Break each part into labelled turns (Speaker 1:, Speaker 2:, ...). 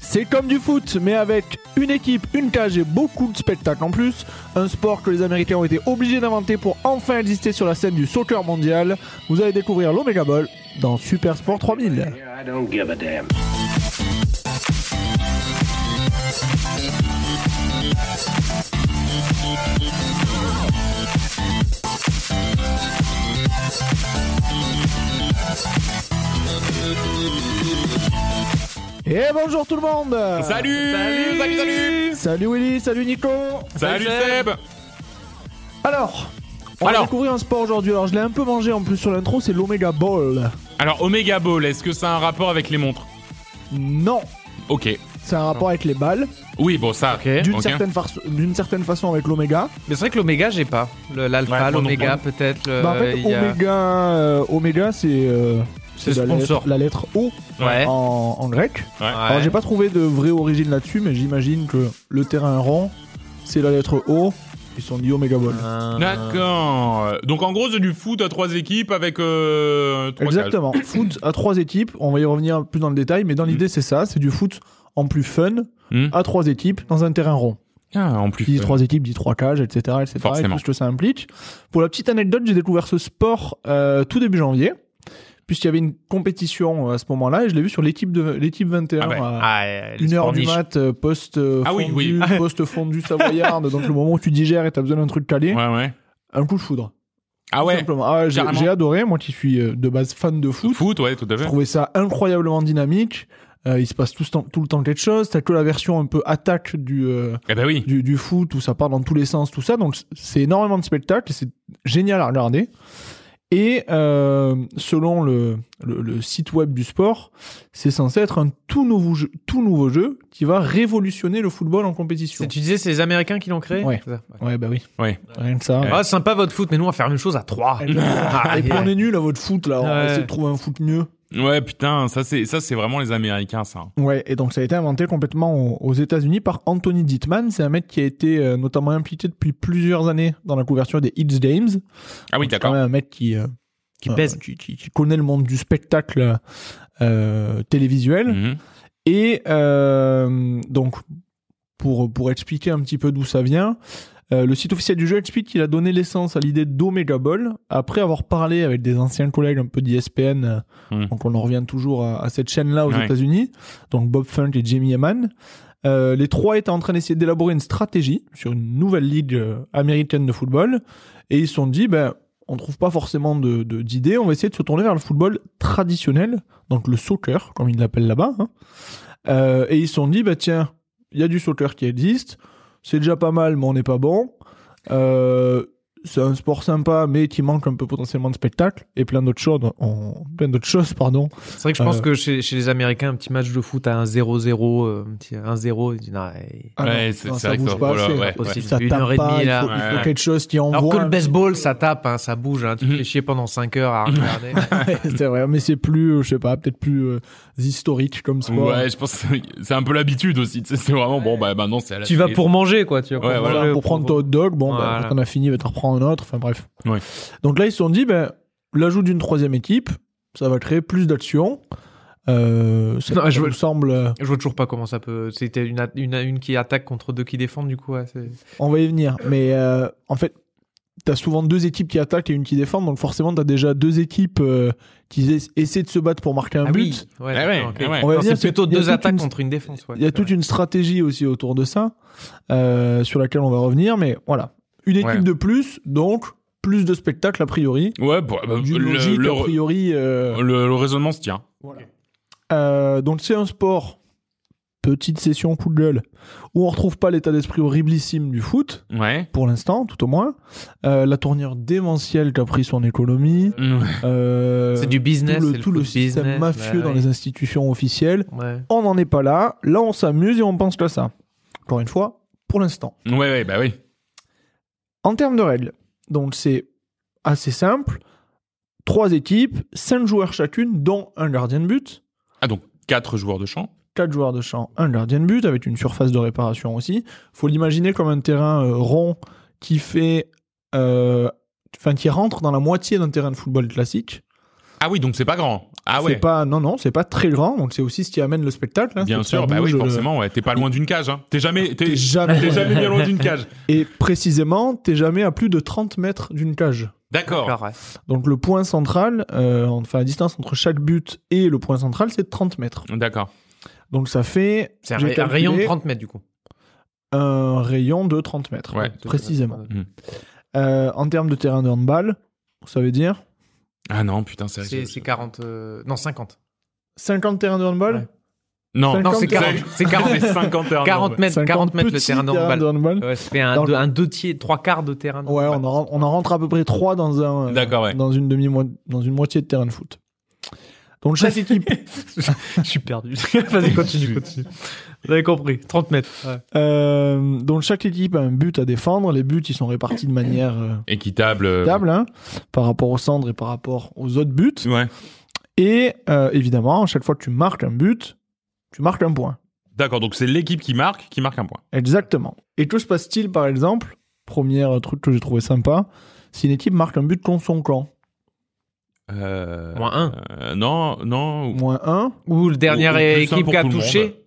Speaker 1: C'est comme du foot, mais avec une équipe, une cage et beaucoup de spectacles en plus. Un sport que les Américains ont été obligés d'inventer pour enfin exister sur la scène du soccer mondial. Vous allez découvrir l'Omega Ball dans Super Sport 3000.
Speaker 2: I don't give a damn.
Speaker 1: Et bonjour tout le monde
Speaker 3: Ah. Salut Salut, salut, salut
Speaker 1: Salut Willy, salut Nico
Speaker 3: Salut Seb
Speaker 1: Alors, on va
Speaker 3: Alors.
Speaker 1: découvrir un sport aujourd'hui. Alors je l'ai un peu mangé en plus sur l'intro, c'est l'Omega Ball.
Speaker 3: Alors, Omega Ball, est-ce que ça a un rapport avec les montres
Speaker 1: Non,
Speaker 3: Ok.
Speaker 1: c'est un rapport avec les balles,
Speaker 3: Oui, bon, ça.
Speaker 1: d'une
Speaker 3: Eh, ok.
Speaker 1: certaine, farce- d'une certaine façon avec l'Omega.
Speaker 4: Mais c'est vrai que l'oméga, j'ai pas. Le-
Speaker 3: Ouais,
Speaker 4: L'alpha,
Speaker 3: moi non
Speaker 4: l'oméga, peut-être. le-
Speaker 1: Bah, en fait,
Speaker 4: Euh, il y a-
Speaker 1: Oméga, euh, Oméga, c'est euh,
Speaker 4: C'est
Speaker 1: la
Speaker 4: sponsor.
Speaker 1: lettre- la lettre O
Speaker 4: Ouais.
Speaker 1: en, en grec. Alors
Speaker 4: Ouais.
Speaker 1: j'ai pas trouvé de vraie origine là-dessus, mais j'imagine que le terrain rond, c'est la lettre O. Ils sont dit Omega Ball.
Speaker 4: Euh,
Speaker 3: D'accord. Donc, en gros, c'est du foot à trois équipes avec euh, trois cages.
Speaker 1: Exactement. foot à trois équipes. On va y revenir plus dans le détail, mais dans
Speaker 4: Mm.
Speaker 1: l'idée c'est ça. C'est du foot en plus fun
Speaker 3: Hmm.
Speaker 1: à trois équipes dans un terrain rond.
Speaker 3: Ah, en plus.
Speaker 1: Qui dit
Speaker 3: euh,
Speaker 1: trois équipes dit trois cages, etc., etc. Et
Speaker 3: Forcément.
Speaker 1: tout ce que ça implique. Pour la petite anecdote, j'ai découvert ce sport euh, tout début janvier. Puisqu'il y avait une compétition euh, à ce moment-là, et je l'ai vu sur l'équipe de l'équipe 21
Speaker 3: Ah ouais.
Speaker 1: à-
Speaker 4: Ah, euh, les
Speaker 1: une heure
Speaker 4: sports
Speaker 1: du
Speaker 4: niche.
Speaker 1: mat, euh, post euh,
Speaker 3: Ah oui,
Speaker 1: fondu,
Speaker 3: oui.
Speaker 1: post fondu savoyarde, donc le moment où tu digères et t'as besoin d'un truc calé,
Speaker 3: Ouais, ouais.
Speaker 1: un coup de foudre.
Speaker 3: Ah
Speaker 1: Tout
Speaker 3: ouais.
Speaker 1: simplement. Ah, j'ai,
Speaker 3: carrément.
Speaker 1: j'ai adoré, moi qui suis euh, de base fan de foot,
Speaker 3: Foot, ouais, tout à
Speaker 1: je
Speaker 3: fait.
Speaker 1: trouvais ça incroyablement dynamique. Euh, il se passe tout, le temps- tout le temps quelque chose. T'as que la version un peu attaque du, euh,
Speaker 3: Eh ben oui.
Speaker 1: du, du foot où ça part dans tous les sens, tout ça. Donc c- c'est énormément de spectacles, et c'est génial à regarder. Et euh, selon le, le, le site web du sport, c'est censé être un tout nouveau jeu, tout nouveau jeu qui va révolutionner le football en compétition.
Speaker 4: C'est- Tu disais, c'est les Américains qui l'ont créé
Speaker 1: Ouais.
Speaker 4: C'est ça.
Speaker 1: Ouais, bah oui.
Speaker 3: Ouais.
Speaker 1: Rien que ça.
Speaker 4: Ah, sympa votre foot, mais nous, on va faire une chose à trois. Ah,
Speaker 1: Et puis
Speaker 4: yeah.
Speaker 1: on est nul à votre foot là, on va
Speaker 4: Ouais.
Speaker 1: essayer de trouver un foot mieux.
Speaker 3: Ouais, putain, ça, c'est ça, c'est vraiment les Américains, ça.
Speaker 1: Ouais, et donc ça a été inventé complètement aux, aux États-Unis par Anthony Dittman. C'est un mec qui a été euh, notamment impliqué depuis plusieurs années dans la couverture des Hits Games.
Speaker 3: Ah oui,
Speaker 1: C'est quand
Speaker 3: d'accord.
Speaker 1: même un mec qui, euh,
Speaker 4: Qui
Speaker 1: euh,
Speaker 4: pèse.
Speaker 1: qui, qui- qui connaît le monde du spectacle euh, télévisuel.
Speaker 3: Mhm.
Speaker 1: Et euh, donc, pour, pour expliquer un petit peu d'où ça vient, euh, le site officiel du jeu explique qu'il a donné l'essence à l'idée d'Omega Ball après avoir parlé avec des anciens collègues un peu d'ISPN. euh,
Speaker 3: Hmm.
Speaker 1: Donc, on en revient toujours à, à cette chaîne-là aux
Speaker 3: Ouais.
Speaker 1: États-Unis. Donc, Bob Funk et Jamie Eman. Euh, les trois étaient en train d'essayer d'élaborer une stratégie sur une nouvelle ligue euh, américaine de football. Et ils se sont dit, ben, on trouve pas forcément de- de- d'idées, on va essayer de se tourner vers le football traditionnel, donc le soccer, comme ils l'appellent là-bas. hein. Euh, et ils se sont dit, bah tiens, il y a du soccer qui existe, c'est déjà pas mal, mais on n'est pas bon. Euh, c'est un sport sympa, mais qui manque un peu potentiellement de spectacle et plein d'autres choses. on- Plein d'autres choses, pardon.
Speaker 4: C'est vrai que je
Speaker 1: euh,
Speaker 4: pense que chez, chez les Américains, un petit match de foot à 1-0-0, euh, un petit 1-0, ils disent, non, eh,
Speaker 1: Ah
Speaker 3: Ouais,
Speaker 1: non,
Speaker 3: c'est-
Speaker 1: non,
Speaker 3: c'est
Speaker 1: ça
Speaker 3: vrai que
Speaker 1: bouge
Speaker 3: ça-
Speaker 1: pas
Speaker 3: voilà,
Speaker 1: assez.
Speaker 3: ouais,
Speaker 4: Possible,
Speaker 1: Ça
Speaker 4: une
Speaker 1: tape
Speaker 4: heure et
Speaker 1: pas,
Speaker 4: demie,
Speaker 1: il
Speaker 4: là.
Speaker 1: faut, il faut
Speaker 3: Ouais.
Speaker 1: quelque chose qui envoie.
Speaker 4: Alors que
Speaker 1: un
Speaker 4: le
Speaker 1: petit
Speaker 4: baseball, ça tape, hein, ça bouge. hein, tu te
Speaker 3: Mhm.
Speaker 4: fais chier pendant 5 heures à regarder.
Speaker 1: c'est vrai, mais c'est plus, euh, je sais pas, peut-être plus euh, historique comme sport.
Speaker 3: Ouais, je pense que c'est un peu l'habitude aussi. tu sais, C'est vraiment bon, bah maintenant c'est à la
Speaker 4: tu vas
Speaker 3: télé.
Speaker 4: pour manger, quoi. Tu vas
Speaker 3: Ouais,
Speaker 1: Voilà,
Speaker 4: manger,
Speaker 1: pour prendre ton hot dog, bon, bah,
Speaker 4: Voilà.
Speaker 1: quand on a fini, va te reprendre un autre, enfin bref.
Speaker 3: Ouais.
Speaker 1: Donc là, ils se sont dit, ben, l'ajout d'une troisième équipe, ça va créer plus d'action. Euh, ça
Speaker 4: Non,
Speaker 1: ça
Speaker 4: je
Speaker 1: me
Speaker 4: veux-
Speaker 1: semble, euh,
Speaker 4: Je vois toujours pas comment ça peut. C'était une, a- une, une qui attaque contre deux qui défendent, du coup. ouais, c'est-
Speaker 1: on va y venir. Mais euh, en fait, t'as souvent deux équipes qui attaquent et une qui défendent, donc forcément, t'as déjà deux équipes euh, qui ess- essaient de se battre pour marquer un
Speaker 4: Ah
Speaker 1: but.
Speaker 4: oui, ouais,
Speaker 3: Ah ouais,
Speaker 4: d'accord, ok.
Speaker 3: ah ouais.
Speaker 1: On va
Speaker 4: Non,
Speaker 1: dire,
Speaker 4: C'est
Speaker 1: c'est-
Speaker 4: plutôt
Speaker 1: il y a
Speaker 4: deux
Speaker 1: toute
Speaker 4: attaques
Speaker 1: une-
Speaker 4: contre une défense. ouais,
Speaker 1: Il y a
Speaker 4: c'est
Speaker 1: toute
Speaker 4: vrai.
Speaker 1: une stratégie aussi autour de ça, euh, sur laquelle on va revenir, mais voilà. Une équipe
Speaker 3: Ouais.
Speaker 1: de plus, donc plus de spectacles a priori.
Speaker 3: Ouais, bah,
Speaker 4: Ah
Speaker 3: bah,
Speaker 1: Du
Speaker 3: le,
Speaker 1: logique,
Speaker 3: le-
Speaker 1: a priori. euh,
Speaker 3: le- le raisonnement se tient.
Speaker 1: Euh, donc c'est un sport, petite session coup de gueule, où on retrouve pas l'état d'esprit horriblissime du foot,
Speaker 3: Ouais.
Speaker 1: pour l'instant, tout au moins. Euh, la tournure démentielle qu'a pris son économie. euh,
Speaker 4: C'est du business.
Speaker 1: Tout
Speaker 4: c'est
Speaker 1: le, tout le
Speaker 4: foot
Speaker 1: système
Speaker 4: business,
Speaker 1: mafieux
Speaker 4: ouais,
Speaker 1: dans
Speaker 4: ouais.
Speaker 1: les institutions officielles.
Speaker 4: Ouais.
Speaker 1: On n'en est pas là. Là, on s'amuse et on pense qu'à ça. Encore une fois, pour l'instant.
Speaker 3: Ouais, ouais, bah oui.
Speaker 1: En termes de règles, donc c'est assez simple. Trois équipes, cinq joueurs chacune, dont un gardien de but.
Speaker 3: Ah, donc quatre joueurs de champ.
Speaker 1: 4 joueurs de champ, un gardien de but, avec une surface de réparation aussi. faut l'imaginer comme un terrain euh, rond qui fait. euh, Enfin, qui rentre dans la moitié d'un terrain de football classique.
Speaker 3: Ah oui, donc c'est pas grand. Ah
Speaker 1: C'est
Speaker 3: ouais.
Speaker 1: pas, non, non, c'est pas très grand, donc c'est aussi ce qui amène le spectacle. hein,
Speaker 3: Bien
Speaker 1: c'est que ça
Speaker 3: sûr, bah oui,
Speaker 1: bouge, euh,
Speaker 3: forcément, ouais. T'es pas loin d'une cage, hein. T'es jamais, t'es,
Speaker 1: T'es jamais,
Speaker 3: t'es jamais bien loin d'une cage.
Speaker 1: et précisément, t'es jamais à plus de 30 mètres d'une cage.
Speaker 3: D'accord.
Speaker 4: Alors, ouais.
Speaker 1: Donc le point central, euh, enfin la distance entre chaque but et le point central, c'est 30 mètres.
Speaker 3: D'accord.
Speaker 1: Donc ça fait
Speaker 4: C'est un,
Speaker 1: j'ai
Speaker 4: ra- un rayon de
Speaker 1: calculé,
Speaker 4: 30 mètres du coup.
Speaker 1: un rayon de 30 mètres,
Speaker 3: Ouais.
Speaker 1: précisément.
Speaker 3: Mm.
Speaker 1: Euh, en termes de terrain de handball, ça veut dire
Speaker 3: Ah non, putain, c'est,
Speaker 4: C'est c'est 40. euh, Non, 50.
Speaker 1: 50 terrains de handball
Speaker 4: Ouais.
Speaker 3: Non,
Speaker 4: Non, c'est 40.
Speaker 1: Cinquante-
Speaker 4: C'est 40.
Speaker 3: c'est 50 heures.
Speaker 4: 40 mètres,
Speaker 1: 50
Speaker 4: 40 mètres le
Speaker 1: petits
Speaker 4: terrain de handball. Euh,
Speaker 1: handball.
Speaker 4: Ouais, ça fait un,
Speaker 1: Dans le-
Speaker 4: deux- un deux tiers, trois quarts de terrain. de
Speaker 1: Ouais,
Speaker 4: handball.
Speaker 1: on en, ren- on en rentre à peu près 3 dans, un, euh,
Speaker 3: D'accord, ouais.
Speaker 1: dans, une demi -mo dans une moitié de terrain de foot. Donc chaque équipe,
Speaker 4: Je suis perdu. Vas-y, continue, continue. Vous avez compris. 30 mètres.
Speaker 1: euh, donc chaque équipe a un but à défendre. Les buts, ils sont répartis de manière euh,
Speaker 3: Équitable. euh,
Speaker 1: équitable hein, par rapport aux cendres et par rapport aux autres buts.
Speaker 3: Ouais.
Speaker 1: Et euh, évidemment, à chaque fois que tu marques un but, tu marques un point.
Speaker 3: D'accord, donc c'est l'équipe qui marque, qui marque un point.
Speaker 1: Exactement. Et que se passe-t-il, par exemple Premier euh, truc que j'ai trouvé sympa, si une équipe marque un but contre son camp,
Speaker 3: Euh,
Speaker 4: Moins un.
Speaker 3: euh, non, non. ou-
Speaker 1: moins 1,
Speaker 4: Ou le dernier
Speaker 3: Ou- ou plus un
Speaker 4: équipe
Speaker 3: pour
Speaker 4: qui a
Speaker 3: tout le
Speaker 4: touché.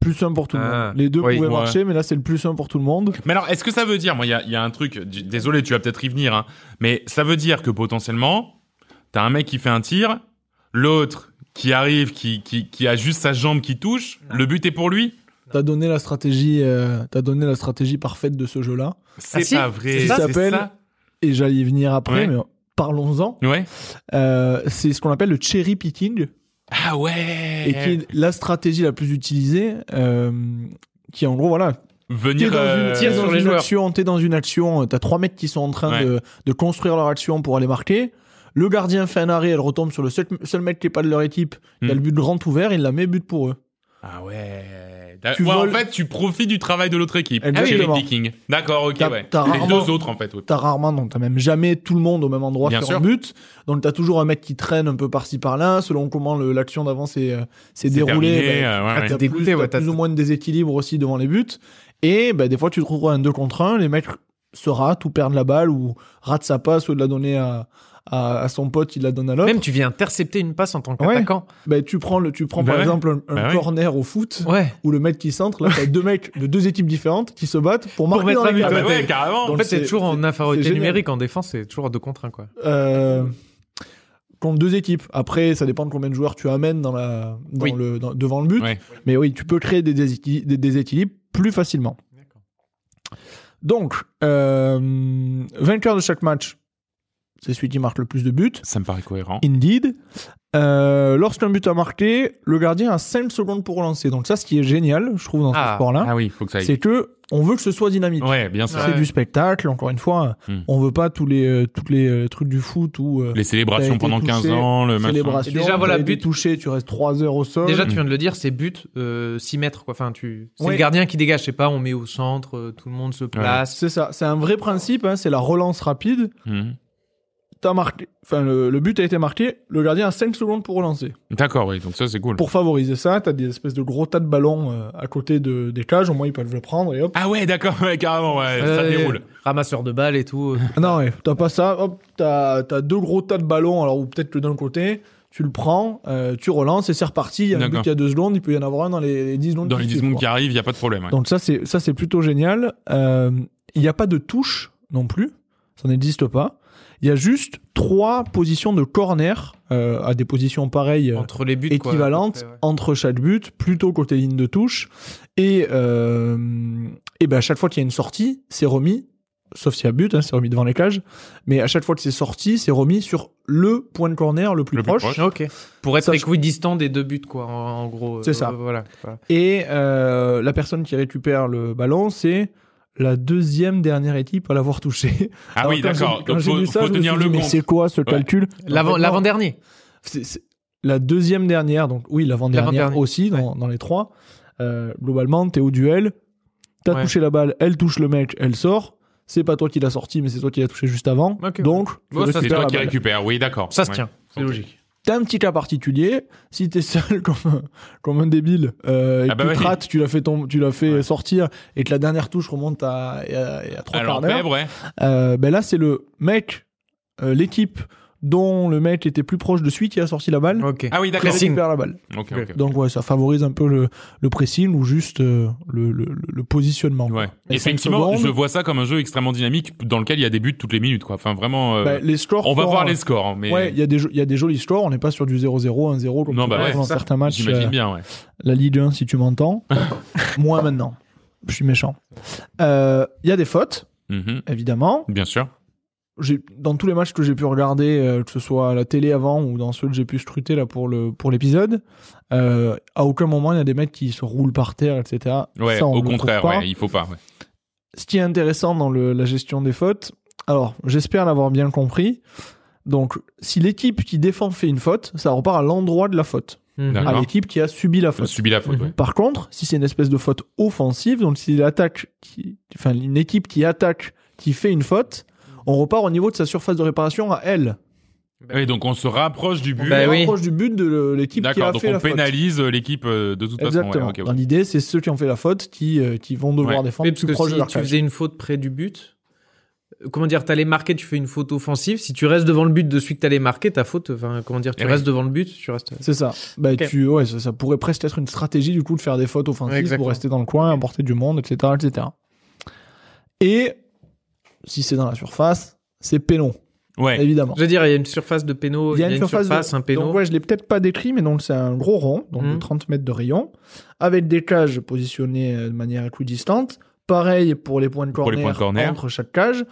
Speaker 1: plus 1 pour tout le
Speaker 4: Ah,
Speaker 1: monde. Les deux
Speaker 4: oui,
Speaker 1: pouvaient
Speaker 3: ouais.
Speaker 1: marcher, mais là c'est le plus 1 pour tout le monde.
Speaker 3: Mais alors, est-ce que ça veut dire, moi, il y a, il y a un truc, d- désolé, tu vas peut-être y venir, hein, mais ça veut dire que potentiellement, t'as un mec qui fait un tir, l'autre qui arrive, qui, qui, qui a juste sa jambe qui touche,
Speaker 4: Non.
Speaker 3: le but est pour lui
Speaker 1: T'as donné la stratégie, euh, t'as donné la stratégie parfaite de ce jeu-là.
Speaker 3: C'est
Speaker 4: Ah si,
Speaker 3: pas vrai.
Speaker 1: c'est ça,
Speaker 3: c'est
Speaker 1: s'appelle- Et j'allais y venir après,
Speaker 3: Ouais.
Speaker 1: mais parlons-en.
Speaker 3: Ouais.
Speaker 1: Euh, c'est ce qu'on appelle le cherry picking,
Speaker 3: Ah ouais.
Speaker 1: et qui est la stratégie la plus utilisée, euh, qui en gros voilà, T'es
Speaker 3: Venir.
Speaker 1: dans une,
Speaker 3: euh,
Speaker 1: t'es
Speaker 4: Tire
Speaker 1: dans
Speaker 4: sur les
Speaker 1: une
Speaker 4: joueurs.
Speaker 1: action, t'es dans une action, euh, t'as trois mecs qui sont en train
Speaker 3: Ouais.
Speaker 1: de, de construire leur action pour aller marquer. Le gardien fait un arrêt, elle retombe sur le seul, seul mec qui est pas de leur équipe. Il y a
Speaker 3: Hmm.
Speaker 1: le but grand ouvert, il la met but pour eux.
Speaker 3: Ah ouais. T'as-
Speaker 1: Tu
Speaker 3: ouais,
Speaker 1: voles- Ah
Speaker 3: En fait, tu profites du travail de l'autre équipe.
Speaker 1: Exactement.
Speaker 3: Cherry picking. D'accord, ok,
Speaker 1: T'as-
Speaker 3: ouais.
Speaker 1: t'as
Speaker 3: Les
Speaker 1: rarement-
Speaker 3: deux autres, en fait. ouais.
Speaker 1: T'as rarement, donc t'as même jamais tout le monde au même endroit
Speaker 3: Bien
Speaker 1: sur
Speaker 3: sûr.
Speaker 1: un but. Donc t'as toujours un mec qui traîne un peu par-ci par-là, selon comment le- l'action d'avant s'est euh, s'est
Speaker 3: C'est
Speaker 1: déroulée.
Speaker 3: terminé,
Speaker 1: bah,
Speaker 3: euh, ouais,
Speaker 4: Ah,
Speaker 3: ouais.
Speaker 1: T'as
Speaker 4: T'es dégoûté,
Speaker 1: plus,
Speaker 4: ouais,
Speaker 1: t'as
Speaker 4: t'as-
Speaker 1: plus ou moins de déséquilibre aussi devant les buts. Et bah, des fois, tu te retrouveras un 2 contre 1, les mecs se ratent ou perdent la balle ou ratent sa passe ou de la donner à, à, à son pote, il la donne à l'autre.
Speaker 4: Même tu viens intercepter une passe en tant
Speaker 1: Ouais.
Speaker 4: qu'attaquant.
Speaker 1: Bah, tu prends, le, tu prends
Speaker 3: Bah
Speaker 1: par
Speaker 3: ouais.
Speaker 1: exemple un, un
Speaker 3: Bah ouais.
Speaker 1: corner au foot
Speaker 4: Ouais.
Speaker 1: où le mec qui centre, là, t'as deux mecs de deux équipes différentes qui se battent pour marquer
Speaker 4: mettre
Speaker 1: dans
Speaker 4: un
Speaker 1: les
Speaker 4: but,
Speaker 3: Ah
Speaker 1: cages.
Speaker 3: bah
Speaker 4: ouais,
Speaker 3: ouais,
Speaker 4: t'es-
Speaker 3: carrément.
Speaker 1: Donc,
Speaker 4: en fait, c'est
Speaker 1: c'est-
Speaker 4: toujours en infériorité
Speaker 1: génial.
Speaker 4: numérique. En défense, c'est toujours à 2 contre 1. Quoi.
Speaker 1: Euh, contre deux équipes. Après, ça dépend de combien de joueurs tu amènes dans la, dans
Speaker 4: Oui.
Speaker 1: le, dans- devant le but.
Speaker 3: Ouais.
Speaker 1: Mais oui, tu peux créer des, déséquil- des déséquilibres plus facilement. Donc, euh, vainqueur de chaque match, c'est celui qui marque le plus de buts.
Speaker 3: Ça me paraît cohérent.
Speaker 1: Indeed. Euh, Lorsqu'un but a marqué, le gardien a 5 secondes pour lancer. Donc ça, ce qui est génial, je trouve, dans ce
Speaker 4: Ah.
Speaker 1: sport-là,
Speaker 3: Ah oui, faut que ça aille.
Speaker 1: Hein c'est que on veut que ce soit dynamique.
Speaker 3: Ouais, bien sûr.
Speaker 1: C'est
Speaker 4: Ouais.
Speaker 1: du spectacle, encore une fois.
Speaker 3: Hmm.
Speaker 1: On veut pas tous les, euh, toutes les euh, trucs du foot ou euh,
Speaker 3: Les
Speaker 1: T'as
Speaker 3: célébrations
Speaker 1: été
Speaker 3: pendant
Speaker 1: touché,
Speaker 3: 15 ans, le machin.
Speaker 1: célébration.
Speaker 4: Et déjà, voilà,
Speaker 1: t'as été
Speaker 4: but.
Speaker 1: touché, tu restes 3 heures au sol.
Speaker 4: Déjà,
Speaker 3: Mm.
Speaker 4: tu viens de le dire, c'est but euh, 6 mètres. Quoi. Enfin, tu... C'est
Speaker 1: Ouais.
Speaker 4: le gardien qui dégage. Je sais pas, on met au centre, euh, tout le monde se place.
Speaker 1: C'est ça, c'est un vrai principe, hein, c'est la relance rapide.
Speaker 3: Mhm.
Speaker 1: T'as marqué, enfin, le, le but a été marqué, le gardien a 5 secondes pour relancer.
Speaker 3: D'accord, oui, donc ça c'est cool.
Speaker 1: Pour favoriser ça, t'as des espèces de gros tas de ballons euh, à côté de, des cages, au moins ils peuvent le prendre et hop.
Speaker 3: Ah ouais, d'accord, ouais, carrément, ouais, ça
Speaker 4: Euh,
Speaker 3: déroule.
Speaker 4: Ramasseur de balles et tout. euh,
Speaker 1: non, ouais, t'as pas ça, hop, t'as t'as deux gros tas de ballons, alors ou peut-être que d'un côté, tu le prends, euh, tu relances et c'est reparti. Il y a un but
Speaker 3: D'accord.
Speaker 1: qui a 2 secondes, il peut y en avoir un dans les, les 10 secondes.
Speaker 3: Dans les 10
Speaker 1: suivent,
Speaker 3: secondes
Speaker 1: quoi.
Speaker 3: qui arrivent, il n'y a pas de problème. ouais.
Speaker 1: Donc ça c'est ça c'est plutôt génial. Euh, Il n'y a pas de touche non plus, ça n'existe pas. Il y a juste trois positions de corner euh, à des positions pareilles, euh,
Speaker 4: Entre les buts. quoi, à peu
Speaker 1: équivalentes
Speaker 4: près, ouais.
Speaker 1: entre chaque but, plutôt côté ligne de touche. Et euh, et ben à chaque fois qu'il y a une sortie, c'est remis, sauf s'il y a but, hein, c'est remis devant les cages. Mais à chaque fois que c'est sorti, c'est remis sur le point de corner le plus
Speaker 3: Le plus
Speaker 1: proche.
Speaker 3: proche.
Speaker 4: Ok. Pour être
Speaker 1: Ça, je-
Speaker 4: équidistant des deux buts, quoi, en, en gros. euh,
Speaker 1: C'est ça.
Speaker 4: Voilà. voilà.
Speaker 1: Et euh, la personne qui récupère le ballon, c'est la deuxième dernière équipe à l'avoir touché.
Speaker 3: Ah oui, d'accord, donc faut, faut tenir le
Speaker 1: bon. Mais
Speaker 3: compte.
Speaker 1: c'est quoi ce calcul
Speaker 4: L'avant-
Speaker 1: En fait, non,
Speaker 4: L'avant-dernier.
Speaker 1: c'est- c'est La deuxième dernière, donc oui, l'avant-dernière
Speaker 4: L'avant-dernier,
Speaker 1: aussi, dans, dans les trois. Euh, globalement, t'es au duel, t'as
Speaker 4: Ouais.
Speaker 1: touché la balle, elle touche le mec, elle sort. C'est pas toi qui l'as sorti, mais c'est toi qui l'as touché juste avant.
Speaker 4: Ok, ouais.
Speaker 1: donc, tu
Speaker 4: Ouais, ça,
Speaker 3: C'est
Speaker 1: récupères
Speaker 3: toi
Speaker 1: la
Speaker 3: qui
Speaker 1: balle.
Speaker 3: récupères, oui, d'accord.
Speaker 4: Ça se
Speaker 3: Ouais.
Speaker 4: tient. C'est
Speaker 3: Ok.
Speaker 4: logique.
Speaker 1: T'as un petit cas particulier. Si t'es seul comme un, comme un débile euh, et
Speaker 3: Ah
Speaker 1: que
Speaker 3: bah
Speaker 1: tu
Speaker 3: ouais.
Speaker 1: te rates, tu l'as fait, tom- tu l'as fait
Speaker 3: Ouais.
Speaker 1: sortir et que la dernière touche remonte à, à, à trois
Speaker 3: Alors,
Speaker 1: quarts d'heure,
Speaker 3: ouais.
Speaker 1: euh, ben là c'est le mec, euh, l'équipe dont le mec était plus proche de celui qui a sorti la balle.
Speaker 4: Ok.
Speaker 3: Ah oui,
Speaker 1: qui
Speaker 3: d'accord.
Speaker 1: récupère la balle.
Speaker 3: Ok, ok.
Speaker 1: Donc ouais, ça favorise un peu le, le pressing ou juste euh, le, le- le- le positionnement. quoi.
Speaker 3: Ouais.
Speaker 1: Et cinq
Speaker 3: Effectivement,
Speaker 1: secondes.
Speaker 3: je vois ça comme un jeu extrêmement dynamique dans lequel il y a des buts toutes les minutes, quoi. Enfin, vraiment. euh,
Speaker 1: Bah, les scores.
Speaker 3: on va
Speaker 1: font-
Speaker 3: voir les scores, hein, mais.
Speaker 1: Ouais, il y, a des jo- il y a des jolis scores. On n'est pas sur du 0-0, 1-0 comme
Speaker 3: Non,
Speaker 1: tu
Speaker 3: bah
Speaker 1: vois
Speaker 3: ouais,
Speaker 1: dans
Speaker 3: c'est ça.
Speaker 1: certains matchs.
Speaker 3: J'imagine
Speaker 1: euh,
Speaker 3: bien, ouais.
Speaker 1: la Ligue 1 si tu m'entends. Moi maintenant, je suis méchant. Euh, Il y a des fautes,
Speaker 3: Mhm.
Speaker 1: évidemment.
Speaker 3: Bien sûr.
Speaker 1: J'ai- Dans tous les matchs que j'ai pu regarder, euh, que ce soit à la télé avant ou dans ceux que j'ai pu scruter là pour le pour l'épisode, euh, à aucun moment il y a des mecs qui se roulent par terre, etc.
Speaker 3: Ouais,
Speaker 1: Ça, on
Speaker 3: au
Speaker 1: le trouve
Speaker 3: contraire,
Speaker 1: pas.
Speaker 3: ouais, il faut pas. ouais.
Speaker 1: Ce qui est intéressant dans le- la gestion des fautes, alors j'espère l'avoir bien compris. Donc, si l'équipe qui défend fait une faute, ça repart à l'endroit de la faute,
Speaker 4: Mhm.
Speaker 3: D'accord.
Speaker 1: à l'équipe qui a subi la faute.
Speaker 3: Subit la faute,
Speaker 4: Mhm.
Speaker 3: ouais.
Speaker 1: Par contre, si c'est une espèce de faute offensive, donc si l'attaque, qui- enfin une équipe qui attaque, qui fait une faute, on repart au niveau de sa surface de réparation à elle.
Speaker 3: Ouais, donc on se rapproche du but.
Speaker 4: Bah
Speaker 1: on
Speaker 4: oui.
Speaker 1: rapproche du but de le- l'équipe qui a
Speaker 3: D'accord, donc
Speaker 1: fait
Speaker 3: on
Speaker 1: la faute.
Speaker 3: pénalise euh, l'équipe euh, de toute façon.
Speaker 1: Exactement.
Speaker 3: ouais, ok, ok.
Speaker 1: Dans l'idée, c'est ceux qui ont fait la faute qui, euh, qui vont devoir
Speaker 3: Ouais.
Speaker 1: défendre
Speaker 4: Oui, parce
Speaker 1: plus
Speaker 4: que
Speaker 1: proche
Speaker 4: si
Speaker 1: de leur
Speaker 4: tu
Speaker 1: cage.
Speaker 4: faisais une faute près du but, euh, comment dire, t'allais marquer, tu fais une faute offensive. Si tu restes devant le but de celui que t'allais marquer, ta faute, enfin, comment dire, tu
Speaker 3: Eh
Speaker 4: restes devant le but, tu restes.
Speaker 1: C'est ça. Bah,
Speaker 4: Ok.
Speaker 1: tu, ouais, ça, ça pourrait presque être une stratégie du coup de faire des fautes offensives
Speaker 4: Ouais, exactement.
Speaker 1: pour rester dans le coin, apporter du monde, etc., etc. Et si c'est dans la surface, c'est pénon,
Speaker 3: Ouais.
Speaker 1: évidemment.
Speaker 4: Je veux dire, il y a une surface de péno, il y a une surface,
Speaker 1: de-
Speaker 4: un péno.
Speaker 1: Donc ouais, je l'ai peut-être pas décrit, mais donc c'est un gros rond, donc de
Speaker 4: Mhm.
Speaker 1: 30 mètres de rayon, avec des cages positionnées euh, de manière équidistante. Pareil pour les points de
Speaker 3: Pour
Speaker 1: corner,
Speaker 3: les points de corner.
Speaker 1: entre chaque cage.